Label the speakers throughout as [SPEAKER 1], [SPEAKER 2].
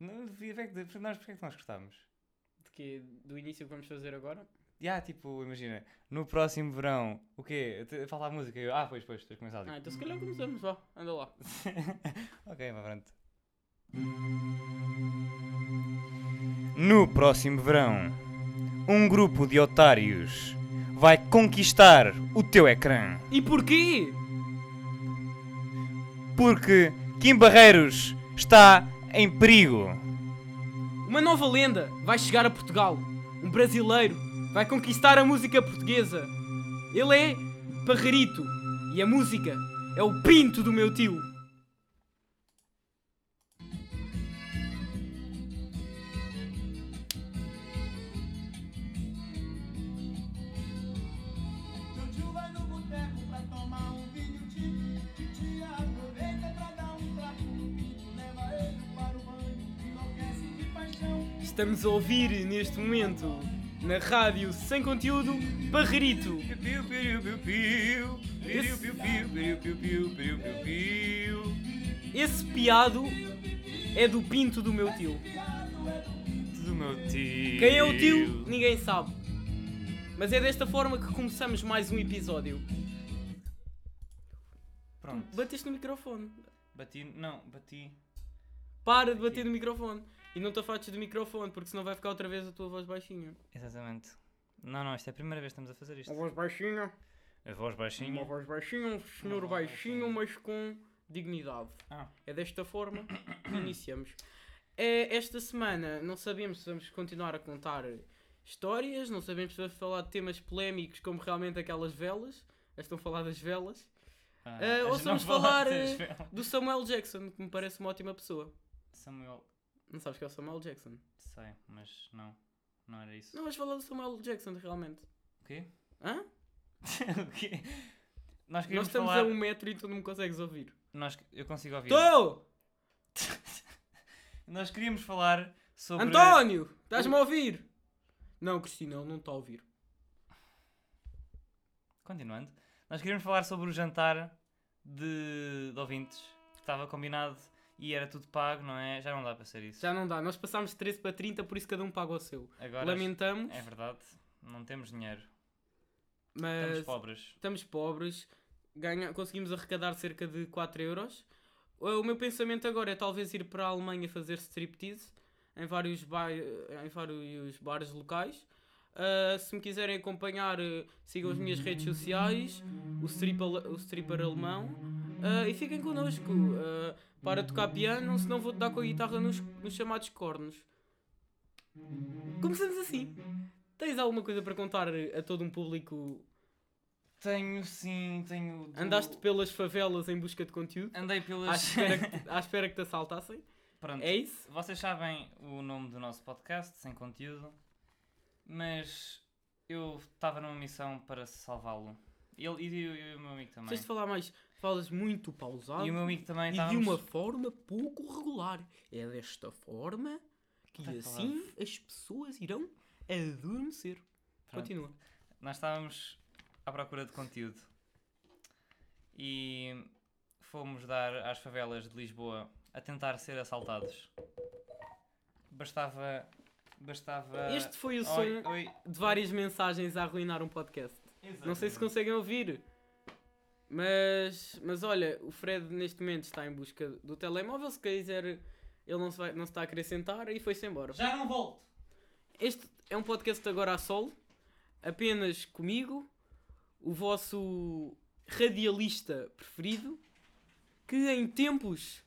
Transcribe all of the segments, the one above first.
[SPEAKER 1] Não, devia ver que- nós, porque é que nós gostávamos?
[SPEAKER 2] De quê? Do início que vamos fazer agora?
[SPEAKER 1] E há, tipo, imagina, no próximo verão, o quê? Te- Falta a música. Eu, ah, pois, pois, tens começado.
[SPEAKER 2] Ah, então se calhar começamos, vá, anda lá. Ah.
[SPEAKER 1] ok, mas pronto. No próximo verão, um grupo de otários vai conquistar o teu ecrã.
[SPEAKER 2] E porquê?
[SPEAKER 1] Porque Kim Barreiros está em perigo.
[SPEAKER 2] Uma nova lenda vai chegar a Portugal. Um brasileiro vai conquistar a música portuguesa. Ele é Parrarito e a música é o pinto do meu tio.
[SPEAKER 3] Meu tio vai no boteco pra tomar um vinho tinto. Titia aproveita pra dar um trago no pinto. Leva ele para o banho, enlouquece de paixão.
[SPEAKER 2] Estamos a ouvir neste momento na rádio sem conteúdo Parrarito. Esse piado é do pinto do meu tio.
[SPEAKER 1] Do meu tio.
[SPEAKER 2] Quem é o tio? Ninguém sabe. Mas é desta forma que começamos mais um episódio.
[SPEAKER 1] Pronto,
[SPEAKER 2] Bateste no microfone.
[SPEAKER 1] bati. Não, bati.
[SPEAKER 2] Para de bater no microfone. E não te afastes do microfone, porque senão vai ficar outra vez a tua voz baixinha.
[SPEAKER 1] Exatamente. Não, não, isto é a primeira vez que estamos a fazer isto.
[SPEAKER 2] voz baixinha.
[SPEAKER 1] A voz baixinha.
[SPEAKER 2] voz baixinha, um senhor baixinho, mas com dignidade.
[SPEAKER 1] Ah,
[SPEAKER 2] É desta forma que iniciamos. É, esta semana não sabemos se vamos continuar a contar histórias, não sabemos se vamos falar de temas polémicos como realmente aquelas velas. Já Estão a falar das velas.
[SPEAKER 1] ah,
[SPEAKER 2] Eh,
[SPEAKER 1] não
[SPEAKER 2] ouçamos
[SPEAKER 1] vou
[SPEAKER 2] falar,
[SPEAKER 1] dizer,
[SPEAKER 2] Do Samuel Jackson, que me parece uma ótima pessoa.
[SPEAKER 1] Samuel.
[SPEAKER 2] Não sabes que é o Samuel Jackson?
[SPEAKER 1] Sei, mas não. Não era isso.
[SPEAKER 2] Não vais falar do Samuel Jackson realmente.
[SPEAKER 1] O quê?
[SPEAKER 2] Hã?
[SPEAKER 1] o quê? Nós
[SPEAKER 2] Nós
[SPEAKER 1] queríamos
[SPEAKER 2] estamos
[SPEAKER 1] falar.
[SPEAKER 2] a um metro e tu não me consegues ouvir.
[SPEAKER 1] Nós... Eu consigo ouvir.
[SPEAKER 2] Estou!
[SPEAKER 1] Nós queríamos falar sobre.
[SPEAKER 2] António! Estás-me a ouvir? Não, Cristina, ele não está a ouvir.
[SPEAKER 1] Continuando. Nós queríamos falar sobre o jantar de, de ouvintes que estava combinado e era tudo pago, não é? Já não dá para ser isso.
[SPEAKER 2] Já não dá. Nós passámos de 13 para 30, por isso cada um paga o seu.
[SPEAKER 1] Agora
[SPEAKER 2] Lamentamos,
[SPEAKER 1] é verdade. Não temos dinheiro.
[SPEAKER 2] mas
[SPEAKER 1] Estamos pobres.
[SPEAKER 2] estamos pobres. Ganha... Conseguimos arrecadar cerca de 4 euros. O meu pensamento agora é talvez ir para a Alemanha fazer striptease em vários, ba... em vários bares locais. Ah, se me quiserem acompanhar, eh, sigam as minhas redes sociais, o stripper, o stripper alemão. Ah, e fiquem connosco. Ah, para de tocar piano, senão vou-te dar com a guitarra nos, nos chamados cornos. Começamos assim. Tens alguma coisa para contar a todo um público
[SPEAKER 1] Tenho sim, tenho. do-
[SPEAKER 2] Andaste pelas favelas em busca de conteúdo?
[SPEAKER 1] Andei
[SPEAKER 2] À
[SPEAKER 1] pelas.
[SPEAKER 2] espera que te, à espera que te assaltassem?
[SPEAKER 1] Pronto.
[SPEAKER 2] É isso?
[SPEAKER 1] Vocês sabem o nome do nosso podcast, sem conteúdo, mas eu estava numa missão para salvá-lo. Ele e, eu- eu e o meu amigo também.
[SPEAKER 2] Precisas de falar mais. Falas muito pausado
[SPEAKER 1] E
[SPEAKER 2] e,
[SPEAKER 1] o meu amigo também
[SPEAKER 2] de
[SPEAKER 1] estávamos-
[SPEAKER 2] uma forma pouco regular. É desta forma que
[SPEAKER 1] Tá
[SPEAKER 2] assim as pessoas irão adormecer.
[SPEAKER 1] Pronto.
[SPEAKER 2] Continua.
[SPEAKER 1] Nós estávamos à procura de conteúdo e fomos dar às favelas de Lisboa a tentar ser assaltados. Bastava. Bastava.
[SPEAKER 2] Este foi o som
[SPEAKER 1] Oi, oi.
[SPEAKER 2] de várias mensagens a arruinar um podcast. Não sei se
[SPEAKER 1] Exatamente.
[SPEAKER 2] conseguem ouvir. Mas, mas olha, o Fred neste momento está em busca do telemóvel. Se quiser, ele não se, vai, não se está a querer sentar e foi-se embora.
[SPEAKER 1] Já não volto!
[SPEAKER 2] Este é um podcast agora a solo, apenas comigo, o vosso radialista preferido, que em tempos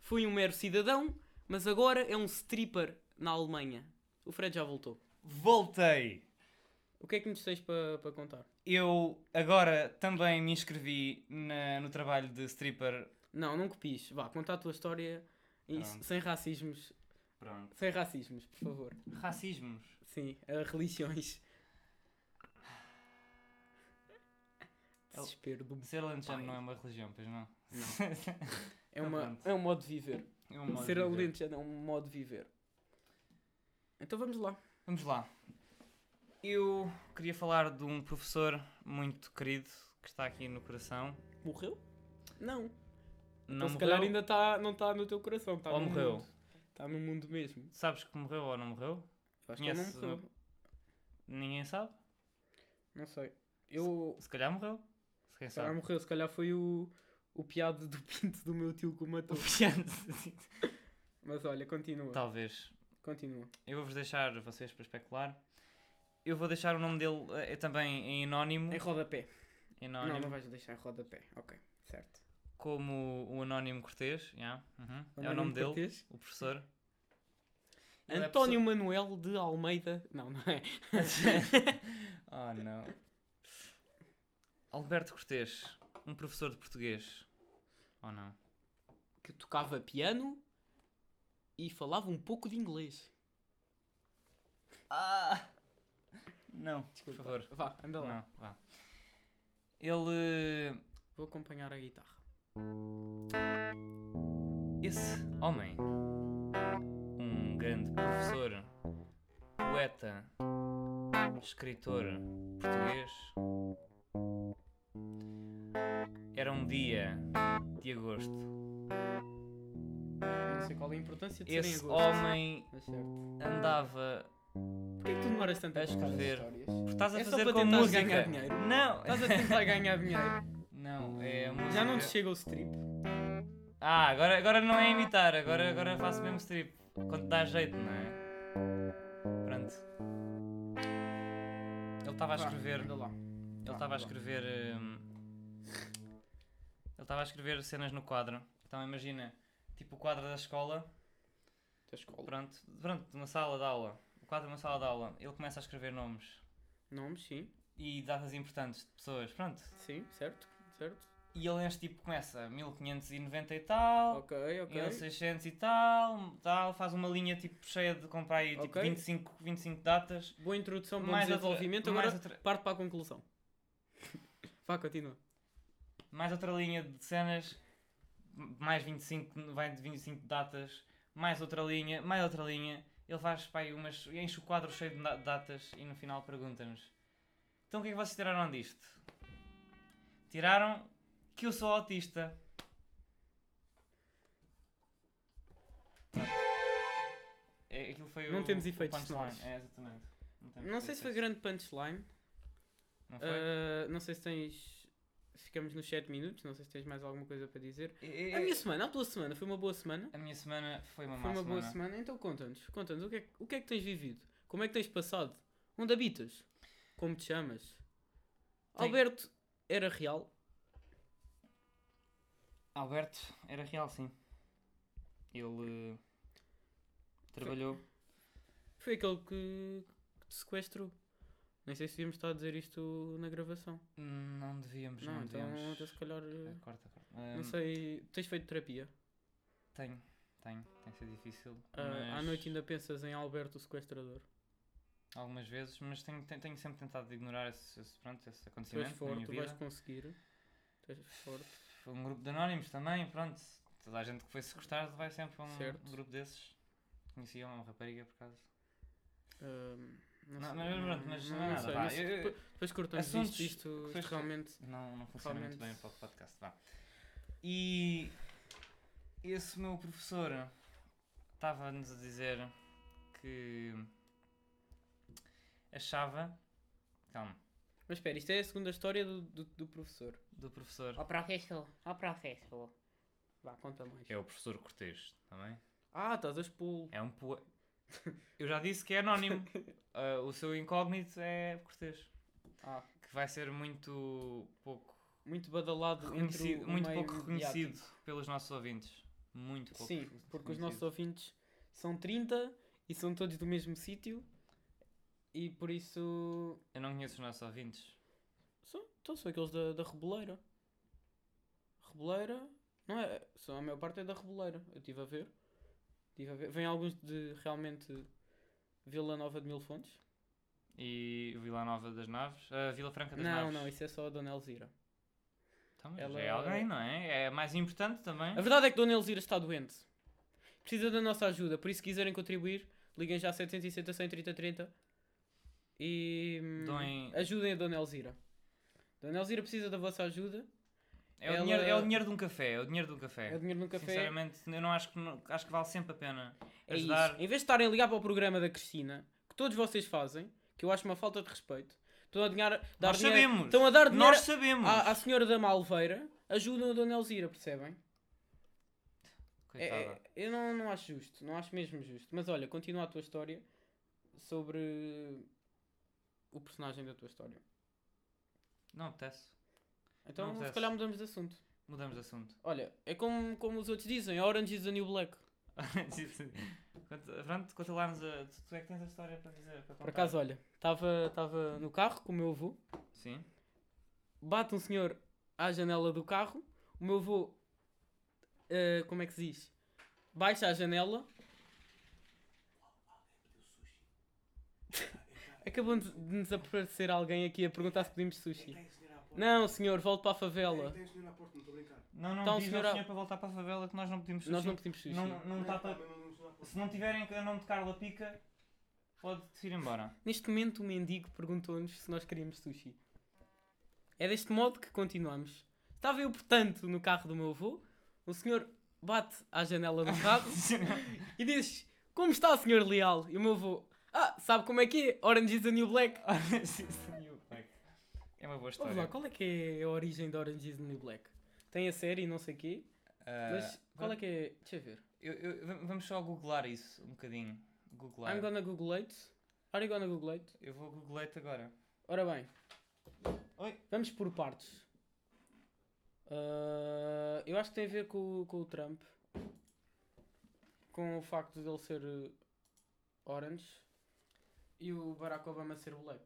[SPEAKER 2] foi um mero cidadão, mas agora é um stripper na Alemanha. O Fred já voltou.
[SPEAKER 1] Voltei!
[SPEAKER 2] O que é que nos tens para para contar?
[SPEAKER 1] Eu agora também me inscrevi na- no trabalho de stripper.
[SPEAKER 2] Não, não copies. Vá, conta a tua história e s-
[SPEAKER 1] Pronto.
[SPEAKER 2] sem racismos.
[SPEAKER 1] Pronto.
[SPEAKER 2] Sem racismos, por favor.
[SPEAKER 1] Racismos.
[SPEAKER 2] Sim, a religiões.
[SPEAKER 1] Ele-
[SPEAKER 2] Desespero do
[SPEAKER 1] Ser alentejano
[SPEAKER 2] Pai.
[SPEAKER 1] não é uma religião, pois não?
[SPEAKER 2] É, uma,
[SPEAKER 1] pronto.
[SPEAKER 2] é um modo de viver.
[SPEAKER 1] É um modo
[SPEAKER 2] Ser
[SPEAKER 1] de viver.
[SPEAKER 2] alentejano é um modo de viver. Então vamos lá.
[SPEAKER 1] Vamos lá. Eu queria falar de um professor muito querido que está aqui no coração.
[SPEAKER 2] Morreu? Não.
[SPEAKER 1] Não
[SPEAKER 2] então, se calhar
[SPEAKER 1] morreu
[SPEAKER 2] ainda tá, não está no teu coração. Tá
[SPEAKER 1] ou
[SPEAKER 2] no
[SPEAKER 1] morreu?
[SPEAKER 2] mundo. Está no mundo mesmo.
[SPEAKER 1] Sabes que morreu ou não morreu?
[SPEAKER 2] Eu acho que ele não
[SPEAKER 1] Conheces
[SPEAKER 2] morreu.
[SPEAKER 1] Ninguém sabe.
[SPEAKER 2] Não sei. Eu.
[SPEAKER 1] Se calhar morreu. Se quem
[SPEAKER 2] Se calhar
[SPEAKER 1] sabe.
[SPEAKER 2] morreu, se calhar foi o, o piado do pinto do meu tio que o matou. Mas olha, continua.
[SPEAKER 1] Tá. Talvez.
[SPEAKER 2] Continua.
[SPEAKER 1] Eu vou-vos deixar vocês para especular. Eu vou deixar o nome dele eh, eh, também em anónimo.
[SPEAKER 2] Em rodapé. Não,
[SPEAKER 1] Anónimo.
[SPEAKER 2] não, vais deixar em rodapé. Ok, certo.
[SPEAKER 1] Como o Anónimo Cortês. yeah, uhum, É o nome dele.
[SPEAKER 2] cortês?
[SPEAKER 1] O professor. Ele é
[SPEAKER 2] António Manuel de Almeida. Não, não é.
[SPEAKER 1] Oh, não. Alberto Cortês, um professor de português. Ou não?
[SPEAKER 2] Que tocava piano e falava um pouco de inglês.
[SPEAKER 1] Ah! Não,
[SPEAKER 2] Desculpa.
[SPEAKER 1] por favor.
[SPEAKER 2] Vá, anda lá.
[SPEAKER 1] Não, vá. Ele.
[SPEAKER 2] Vou acompanhar a guitarra.
[SPEAKER 1] Esse homem, um grande professor, poeta, escritor português, era um dia de agosto.
[SPEAKER 2] Não sei qual é a importância de serem
[SPEAKER 1] Esse
[SPEAKER 2] agosto.
[SPEAKER 1] homem
[SPEAKER 2] Mas Tá certo.
[SPEAKER 1] andava
[SPEAKER 2] Porquê que tu demoras tanto
[SPEAKER 1] A
[SPEAKER 2] contar as
[SPEAKER 1] escrever.
[SPEAKER 2] histórias?
[SPEAKER 1] Porque estás a
[SPEAKER 2] É só
[SPEAKER 1] fazer
[SPEAKER 2] para
[SPEAKER 1] com
[SPEAKER 2] tentares
[SPEAKER 1] música.
[SPEAKER 2] ganhar dinheiro.
[SPEAKER 1] Não,
[SPEAKER 2] Estás a tentar ganhar dinheiro.
[SPEAKER 1] não, é a música.
[SPEAKER 2] Já não te chega o strip.
[SPEAKER 1] Ah, agora, agora não é imitar, agora, agora faço mesmo strip. Quando dá jeito, não é? Pronto. Ele estava a
[SPEAKER 2] Vá,
[SPEAKER 1] escrever.
[SPEAKER 2] Anda Ah, lá.
[SPEAKER 1] Ele
[SPEAKER 2] Vá,
[SPEAKER 1] estava a
[SPEAKER 2] vá.
[SPEAKER 1] escrever. hum, Ele estava a escrever cenas no quadro. Então imagina, tipo o quadro da escola,
[SPEAKER 2] Da escola.
[SPEAKER 1] pronto, pronto, de uma sala de aula. O quadro de uma sala de aula. Ele começa a escrever nomes
[SPEAKER 2] Nomes, sim.
[SPEAKER 1] e datas importantes de pessoas, pronto.
[SPEAKER 2] Sim, certo. Certo.
[SPEAKER 1] E ele neste tipo começa 1590 e tal,
[SPEAKER 2] Ok, ok.
[SPEAKER 1] 1600 e tal, tal, faz uma linha tipo cheia de comprar aí tipo
[SPEAKER 2] Ok.
[SPEAKER 1] 25, 25 datas.
[SPEAKER 2] Boa introdução, bom
[SPEAKER 1] Mais outra-
[SPEAKER 2] desenvolvimento.
[SPEAKER 1] mais
[SPEAKER 2] Agora
[SPEAKER 1] outra-
[SPEAKER 2] parte para a conclusão. Vá, continua.
[SPEAKER 1] mais outra linha de cenas, m- mais 25, vai de 25 datas, mais outra linha, mais outra linha. Ele faz pá, aí umas. enche o quadro cheio de na- datas e no final pergunta-nos: Então o que é que vocês tiraram disto? Tiraram que eu sou autista. É, aquilo foi
[SPEAKER 2] Não
[SPEAKER 1] o,
[SPEAKER 2] temos
[SPEAKER 1] o
[SPEAKER 2] efeitos
[SPEAKER 1] punchline.
[SPEAKER 2] sonoros.
[SPEAKER 1] É, exatamente. temos
[SPEAKER 2] Não sei se foi
[SPEAKER 1] efeitos.
[SPEAKER 2] grande punchline.
[SPEAKER 1] Não foi?
[SPEAKER 2] Ah, não sei se tens. Ficamos nos 7 minutos. Não sei se tens mais alguma coisa para dizer.
[SPEAKER 1] E- e-
[SPEAKER 2] eh, A minha semana, a tua semana, foi uma boa semana.
[SPEAKER 1] semana foi uma má
[SPEAKER 2] Foi uma
[SPEAKER 1] semana.
[SPEAKER 2] boa semana. Então conta-nos. Conta-nos o que, é, que- o que é que tens vivido? Como é que tens passado? Onde habitas? Como te chamas?
[SPEAKER 1] Tenho-
[SPEAKER 2] Alberto era real.
[SPEAKER 1] Alberto era real, sim. Ele eh, trabalhou.
[SPEAKER 2] Foi aquele que, que te sequestrou. Nem sei se devíamos estar a dizer isto na gravação.
[SPEAKER 1] Hum, Não devíamos, não,
[SPEAKER 2] não, então
[SPEAKER 1] devíamos.
[SPEAKER 2] até se calhar.
[SPEAKER 1] Ah,
[SPEAKER 2] eh,
[SPEAKER 1] corta, corta.
[SPEAKER 2] Não
[SPEAKER 1] Hum,
[SPEAKER 2] sei. Tens feito terapia.
[SPEAKER 1] Tenho, tenho, tem sido difícil.
[SPEAKER 2] Ah, À
[SPEAKER 1] mas
[SPEAKER 2] noite ainda pensas em Alberto o sequestrador.
[SPEAKER 1] Algumas vezes, mas tenho, tenho, tenho sempre tentado ignorar esse, esse, pronto, esse
[SPEAKER 2] Tu és
[SPEAKER 1] acontecimento. na
[SPEAKER 2] forte,
[SPEAKER 1] minha
[SPEAKER 2] tu vais
[SPEAKER 1] vida.
[SPEAKER 2] conseguir. Tu és forte.
[SPEAKER 1] Foi Um grupo de anónimos também, pronto. Toda a gente que foi sequestrado vai sempre a um
[SPEAKER 2] Certo.
[SPEAKER 1] grupo desses. Conhecia uma rapariga por acaso.
[SPEAKER 2] Ahm,
[SPEAKER 1] Não,
[SPEAKER 2] não,
[SPEAKER 1] mas
[SPEAKER 2] sei,
[SPEAKER 1] pronto, mas não é nada,
[SPEAKER 2] sei,
[SPEAKER 1] vá,
[SPEAKER 2] mas
[SPEAKER 1] eu- eu-
[SPEAKER 2] depois- Depois cortamos
[SPEAKER 1] assuntos
[SPEAKER 2] isto, isto,
[SPEAKER 1] que
[SPEAKER 2] isto
[SPEAKER 1] foste-
[SPEAKER 2] realmente.
[SPEAKER 1] Não, não funciona muito bem
[SPEAKER 2] Realmente.
[SPEAKER 1] para o podcast, vá. E esse meu professor estava-nos a dizer que achava. Calma,
[SPEAKER 2] Mas espera, isto é a segunda história do, do, do professor.
[SPEAKER 1] do professor.
[SPEAKER 2] Ó professor, ó professor. Vá, conta mais.
[SPEAKER 1] É o professor Cortês, também.
[SPEAKER 2] Ah, estás a expô
[SPEAKER 1] É um poeta. Eu já disse que é anónimo. Ah, o seu incógnito é Cortês.
[SPEAKER 2] Ah,
[SPEAKER 1] Que vai ser muito pouco
[SPEAKER 2] muito badalado. entre
[SPEAKER 1] reconhecido,
[SPEAKER 2] o- o
[SPEAKER 1] muito
[SPEAKER 2] meio
[SPEAKER 1] pouco
[SPEAKER 2] mediático.
[SPEAKER 1] reconhecido pelos nossos ouvintes. Muito pouco
[SPEAKER 2] Sim, porque os
[SPEAKER 1] reconhecido.
[SPEAKER 2] nossos ouvintes são 30 e são todos do mesmo sítio. E por isso.
[SPEAKER 1] Eu não conheço os nossos ouvintes.
[SPEAKER 2] São, então são aqueles da, da Reboleira. Reboleira. Não é? São, a maior parte é da Reboleira. Eu estive a ver. Estive a ver. Vêm alguns de realmente Vila Nova de Mil Fontes.
[SPEAKER 1] E Vila Nova das Naves? Ah, Vila Franca das
[SPEAKER 2] Não,
[SPEAKER 1] Naves?
[SPEAKER 2] não, isso é só a Dona Elzira.
[SPEAKER 1] Então, mas
[SPEAKER 2] Ela-
[SPEAKER 1] é alguém, não é? É mais importante também.
[SPEAKER 2] A verdade é que Dona Elzira está doente. Precisa da nossa ajuda, por isso se quiserem contribuir, liguem já 760 130 30 e hum,
[SPEAKER 1] Doem-
[SPEAKER 2] ajudem a Dona Elzira. Dona Elzira precisa da vossa ajuda
[SPEAKER 1] É, o
[SPEAKER 2] Ela-
[SPEAKER 1] dinheiro, é o dinheiro de um café, é o dinheiro de um café.
[SPEAKER 2] É dinheiro no café.
[SPEAKER 1] Sinceramente, eu não acho que não- acho que vale sempre a pena
[SPEAKER 2] É isso.
[SPEAKER 1] ajudar.
[SPEAKER 2] Em vez de estarem a ligar para o programa da Cristina, que todos vocês fazem, que eu acho uma falta de respeito, estão a dinheiro, dar
[SPEAKER 1] Nós
[SPEAKER 2] dinheiro,
[SPEAKER 1] sabemos.
[SPEAKER 2] estão a Ah, dar dinheiro
[SPEAKER 1] Nós sabemos.
[SPEAKER 2] à, à senhora da Malveira, ajudam a Dona Elzira, percebem? É-
[SPEAKER 1] Coitada.
[SPEAKER 2] é- eu não, não acho justo, não acho mesmo justo. Mas olha, continua a tua história sobre o personagem da tua história.
[SPEAKER 1] Não apetece. Não
[SPEAKER 2] Então, se
[SPEAKER 1] apetece.
[SPEAKER 2] calhar mudamos de assunto.
[SPEAKER 1] Mudamos de assunto.
[SPEAKER 2] Olha, é como, como os outros dizem, Orange is the New Black.
[SPEAKER 1] Então Conta- Pronto, conta lá nos a. Tu, tu é que tens a história para dizer. Para
[SPEAKER 2] Por acaso, olha, estava estava no carro com o meu avô,
[SPEAKER 1] Sim.
[SPEAKER 2] bate um senhor à janela do carro, o meu avô, eh, como é que se diz? Baixa a janela. Acabou de de nos aparecer alguém aqui a perguntar se pedimos
[SPEAKER 1] É
[SPEAKER 2] sushi. Não, senhor, volto para a favela.
[SPEAKER 4] Tem senhor à porta, não estou a brincar.
[SPEAKER 1] Não, não,
[SPEAKER 2] Então,
[SPEAKER 1] diz
[SPEAKER 2] senhora-
[SPEAKER 1] ao senhor para voltar para a favela que nós não pedimos
[SPEAKER 2] Nós
[SPEAKER 1] sushi.
[SPEAKER 2] não pedimos sushi.
[SPEAKER 1] Não, não está para- Se não tiverem a nome de Carla Pica, pode-se ir embora.
[SPEAKER 2] Neste momento, o mendigo perguntou-nos se nós queríamos sushi. É deste modo que continuamos. Estava eu, portanto, no carro do meu avô. O senhor bate à janela do carro e diz: Como está o senhor Leal? E o meu avô: Ah, sabe como é que é? Orange is the New Black.
[SPEAKER 1] é uma boa
[SPEAKER 2] Vamos lá,
[SPEAKER 1] história.
[SPEAKER 2] qual é que é a origem da Orange is the New Black? Tem a série e não sei o quê,
[SPEAKER 1] Ah,
[SPEAKER 2] mas qual é que é? Deixa eu ver.
[SPEAKER 1] eu- eu- vam- vamos só googlar isso um bocadinho. Googlar.
[SPEAKER 2] I'm gonna Google it. Are you gonna Google it?
[SPEAKER 1] Eu vou googlar-te agora.
[SPEAKER 2] Ora bem.
[SPEAKER 1] Oi.
[SPEAKER 2] Vamos por partes. Ah, eu acho que tem a ver com, o- com o Trump. Com o facto dele ser eh, orange. E o Barack Obama ser black.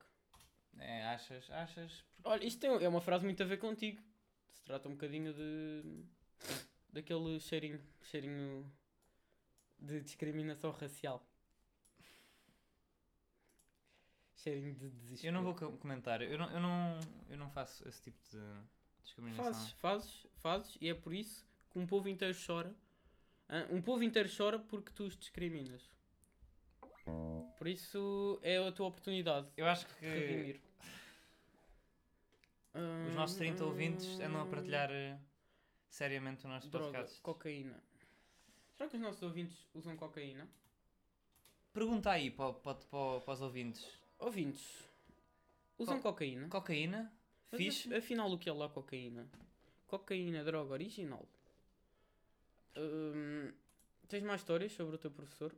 [SPEAKER 1] É, achas? Achas?
[SPEAKER 2] Olha, isto tem- é uma frase muito a ver contigo. Se trata um bocadinho de... Daquele cheirinho, cheirinho de discriminação racial. Cheirinho de desespero.
[SPEAKER 1] Eu não vou co- comentar. Eu não, eu não, eu não faço esse tipo de discriminação.
[SPEAKER 2] Fazes, fazes, fazes, e é por isso que um povo inteiro chora. Hã? Um povo inteiro chora porque tu os discriminas. Por isso é a tua oportunidade
[SPEAKER 1] Eu acho
[SPEAKER 2] de
[SPEAKER 1] que
[SPEAKER 2] redimir.
[SPEAKER 1] Os nossos
[SPEAKER 2] Hum,
[SPEAKER 1] 30 ouvintes andam a partilhar eh, seriamente o nosso
[SPEAKER 2] droga,
[SPEAKER 1] podcast.
[SPEAKER 2] cocaína. Será que os nossos ouvintes usam cocaína?
[SPEAKER 1] Pergunta aí para, para, para, os ouvintes:
[SPEAKER 2] Ouvintes, usam cocaína?
[SPEAKER 1] cocaína?
[SPEAKER 2] Mas
[SPEAKER 1] Fixe?
[SPEAKER 2] af- Afinal, o que é lá cocaína? Cocaína, é droga original. Hum, tens mais histórias sobre o teu professor?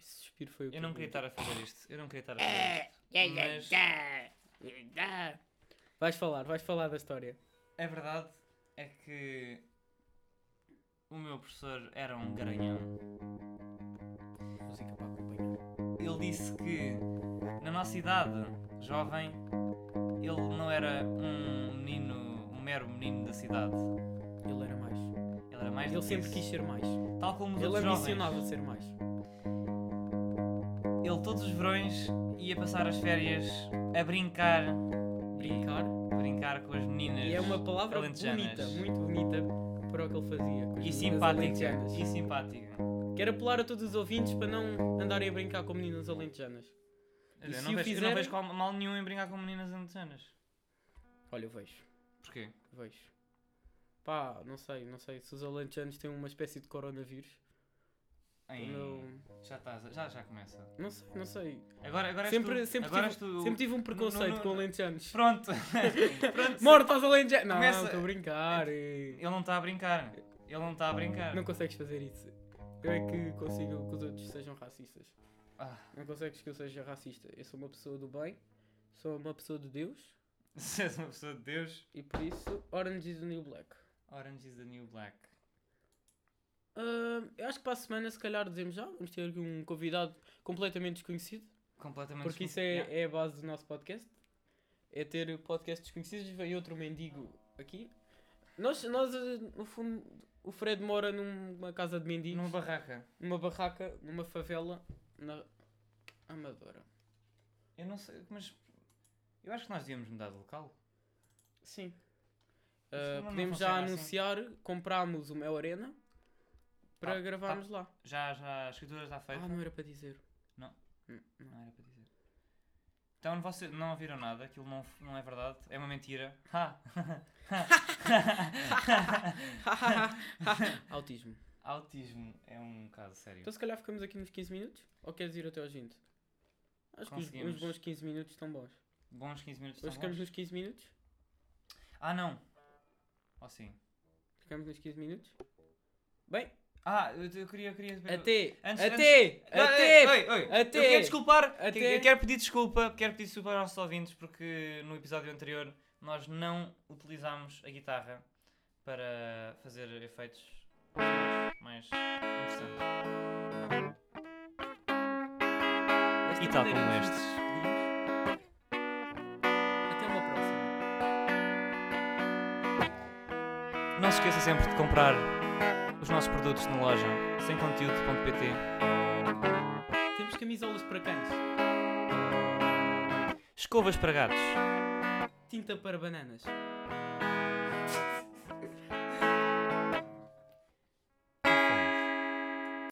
[SPEAKER 2] Esse suspiro foi o que
[SPEAKER 1] Eu não queria estar a fazer isto. Eu não queria estar a fazer isto. Mas
[SPEAKER 2] é, Vais falar, vais falar da história.
[SPEAKER 1] a verdade é que o meu professor era um garanhão.
[SPEAKER 2] Música para acompanhar.
[SPEAKER 1] Ele disse que na nossa idade jovem ele não era um menino, um mero menino da cidade.
[SPEAKER 2] Ele era mais.
[SPEAKER 1] Ele era mais do
[SPEAKER 2] Ele
[SPEAKER 1] que
[SPEAKER 2] sempre
[SPEAKER 1] isso.
[SPEAKER 2] quis ser mais.
[SPEAKER 1] Tal como os
[SPEAKER 2] Ele
[SPEAKER 1] outros jovens.
[SPEAKER 2] ambicionava ser mais.
[SPEAKER 1] Ele todos os verões ia passar as férias a brincar,
[SPEAKER 2] Brincar.
[SPEAKER 1] e brincar com as meninas.
[SPEAKER 2] E é uma palavra
[SPEAKER 1] alentejanas.
[SPEAKER 2] bonita, muito bonita para o que ele fazia. com
[SPEAKER 1] e
[SPEAKER 2] as meninas
[SPEAKER 1] simpática,
[SPEAKER 2] alentejanas.
[SPEAKER 1] e simpática.
[SPEAKER 2] Quero apelar a todos os ouvintes para não andarem a brincar com meninas alentejanas.
[SPEAKER 1] Eu não,
[SPEAKER 2] se o
[SPEAKER 1] vejo, eu
[SPEAKER 2] fizerem-
[SPEAKER 1] não vejo qual- mal nenhum em brincar com meninas alentejanas.
[SPEAKER 2] Olha, eu vejo.
[SPEAKER 1] Porquê?
[SPEAKER 2] Vejo. Pá, não sei, não sei se os alentejanos têm uma espécie de coronavírus.
[SPEAKER 1] Ai,
[SPEAKER 2] Não,
[SPEAKER 1] Já estás, já, já começa.
[SPEAKER 2] não sei, não sei.
[SPEAKER 1] Agora, agora és
[SPEAKER 2] Sempre,
[SPEAKER 1] tu.
[SPEAKER 2] sempre,
[SPEAKER 1] agora
[SPEAKER 2] tive,
[SPEAKER 1] és tu.
[SPEAKER 2] sempre tive um preconceito
[SPEAKER 1] não-
[SPEAKER 2] com
[SPEAKER 1] não-
[SPEAKER 2] alentejanos.
[SPEAKER 1] Pronto. Pronto.
[SPEAKER 2] Morto aos alentejanos! Não,
[SPEAKER 1] Começa-
[SPEAKER 2] estou a brincar. eh.
[SPEAKER 1] Ele não está a brincar. Ele não está a brincar.
[SPEAKER 2] Não consegues fazer isso. Eu é que consigo que os outros sejam racistas.
[SPEAKER 1] Ah.
[SPEAKER 2] Não consegues que eu seja racista. Eu sou uma pessoa do bem, sou uma pessoa de Deus
[SPEAKER 1] Se és uma pessoa de Deus.
[SPEAKER 2] e por isso Orange is the New Black.
[SPEAKER 1] Orange is the new black.
[SPEAKER 2] Ah, eu acho que para a semana, se calhar, dizemos já. Vamos ter aqui um convidado completamente desconhecido.
[SPEAKER 1] Completamente
[SPEAKER 2] Porque isso é, é a base do nosso podcast. É ter podcasts desconhecidos. Veio outro mendigo aqui. Nós, nós eh, no fundo, o Fred mora numa casa de mendigos.
[SPEAKER 1] Numa barraca.
[SPEAKER 2] Numa barraca, numa favela, na Amadora.
[SPEAKER 1] Eu não sei, mas. Eu acho que nós devíamos mudar de local.
[SPEAKER 2] Sim. Ah,
[SPEAKER 1] Isso não- não
[SPEAKER 2] podemos já
[SPEAKER 1] funciona assim.
[SPEAKER 2] anunciar, comprámos o Mel Arena para
[SPEAKER 1] Ah,
[SPEAKER 2] gravarmos lá.
[SPEAKER 1] tá. Já, já, a escritura está feita.
[SPEAKER 2] Ah, não era para dizer.
[SPEAKER 1] Não era para dizer. Então vocês não ouviram nada, aquilo não, f- não é verdade, é uma mentira. Ha!
[SPEAKER 2] Autismo.
[SPEAKER 1] Autismo é um caso sério.
[SPEAKER 2] Então se calhar ficamos aqui nos 15 minutos? Ou queres ir até aos 20? Acho que os,
[SPEAKER 1] Conseguimos.
[SPEAKER 2] uns bons 15 minutos estão bons.
[SPEAKER 1] Bons 15 minutos
[SPEAKER 2] Hoje
[SPEAKER 1] estão
[SPEAKER 2] ficamos
[SPEAKER 1] bons?
[SPEAKER 2] nos 15 minutos?
[SPEAKER 1] Ah, não! Oh, sim.
[SPEAKER 2] Ficamos nos 15 minutos? Bem,
[SPEAKER 1] Ah, eu, eu queria, eu queria...
[SPEAKER 2] até,
[SPEAKER 1] Antes-
[SPEAKER 2] até,
[SPEAKER 1] Não,
[SPEAKER 2] até,
[SPEAKER 1] Oi, oi, oi.
[SPEAKER 2] até-
[SPEAKER 1] Eu quero desculpar,
[SPEAKER 2] até-
[SPEAKER 1] que- eu quero pedir desculpa, quero pedir desculpa aos nossos ouvintes porque no episódio anterior nós não utilizámos a guitarra para fazer efeitos mais interessantes.
[SPEAKER 2] Esta
[SPEAKER 1] E tal
[SPEAKER 2] maneira
[SPEAKER 1] como
[SPEAKER 2] de
[SPEAKER 1] estes.
[SPEAKER 2] despedirmos. Até uma próxima.
[SPEAKER 1] Não se esqueça sempre de comprar os nossos produtos na loja semconteúdo.pt
[SPEAKER 2] Temos camisolas para cães,
[SPEAKER 1] Escovas para gatos,
[SPEAKER 2] tinta para bananas,